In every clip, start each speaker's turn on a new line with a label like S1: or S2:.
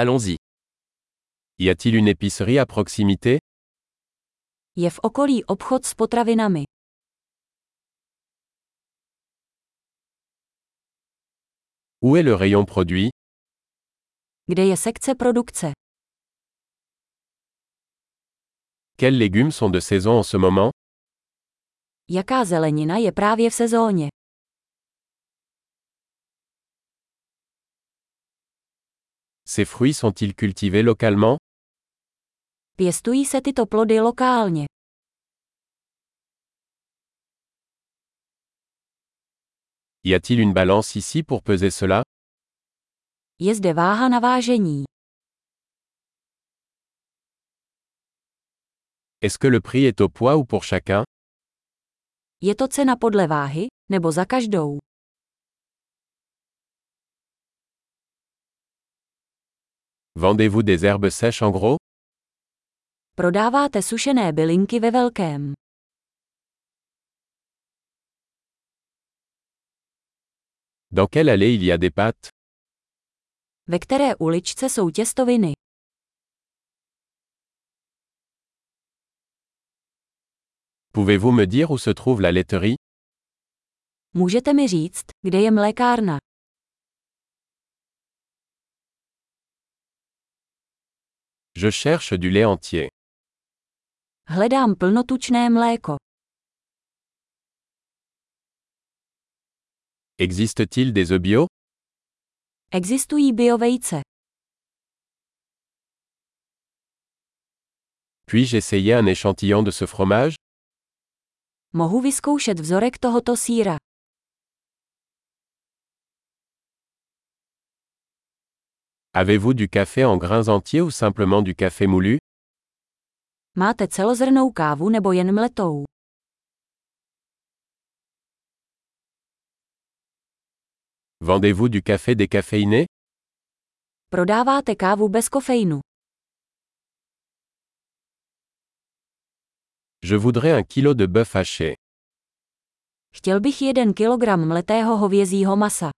S1: Allons-y. Y a-t-il une épicerie à proximité
S2: Je v okolí obchod s potravinami.
S1: Où est le rayon produit
S2: Kde je sekce produkce?
S1: Quels légumes sont de saison en ce moment
S2: Jaká zelenina je právě v sezóně?
S1: Ces fruits sont-ils cultivés localement
S2: Pěstují se tyto plody lokálně.
S1: Y a-t-il une balance ici pour peser cela
S2: Je zde váha na vážení.
S1: Est-ce que le prix est au poids ou pour chacun
S2: Je to cena podle váhy, nebo za každou?
S1: Vendez-vous des herbes sèches en gros
S2: Prodáváte sušené bylinky ve velkém.
S1: Dans quelle allée il y a des pâtes
S2: Ve které uličce jsou těstoviny?
S1: Pouvez-vous me dire où se trouve la laiterie
S2: Můžete mi říct, kde je mlékárna?
S1: Je cherche du lait entier.
S2: Hledám plnotučné mléko.
S1: Existe-t-il des œufs bio
S2: Existují biovejce.
S1: Puis-je essayer un échantillon de ce fromage
S2: Mohu vyzkoušet vzorek tohoto síra.
S1: Avez-vous du café en grains entiers ou simplement du café moulu
S2: Máte celozrnou kávu nebo jen mletou?
S1: Vendez-vous du café décaféiné
S2: Prodáváte kávu bez kofeinu.
S1: Je voudrais un kilo de bœuf haché.
S2: Chtěl bych 1 kg mletého hovězího masa.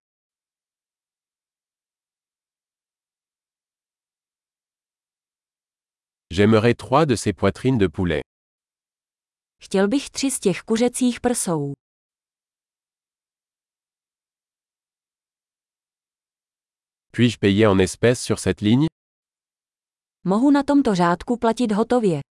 S1: J'aimerais trois de ces poitrines de poulet.
S2: Chtěl bych tři z těch kuřecích prsou.
S1: Puis-je payer en espèces sur cette ligne
S2: Mohu na tomto řádku platit hotově.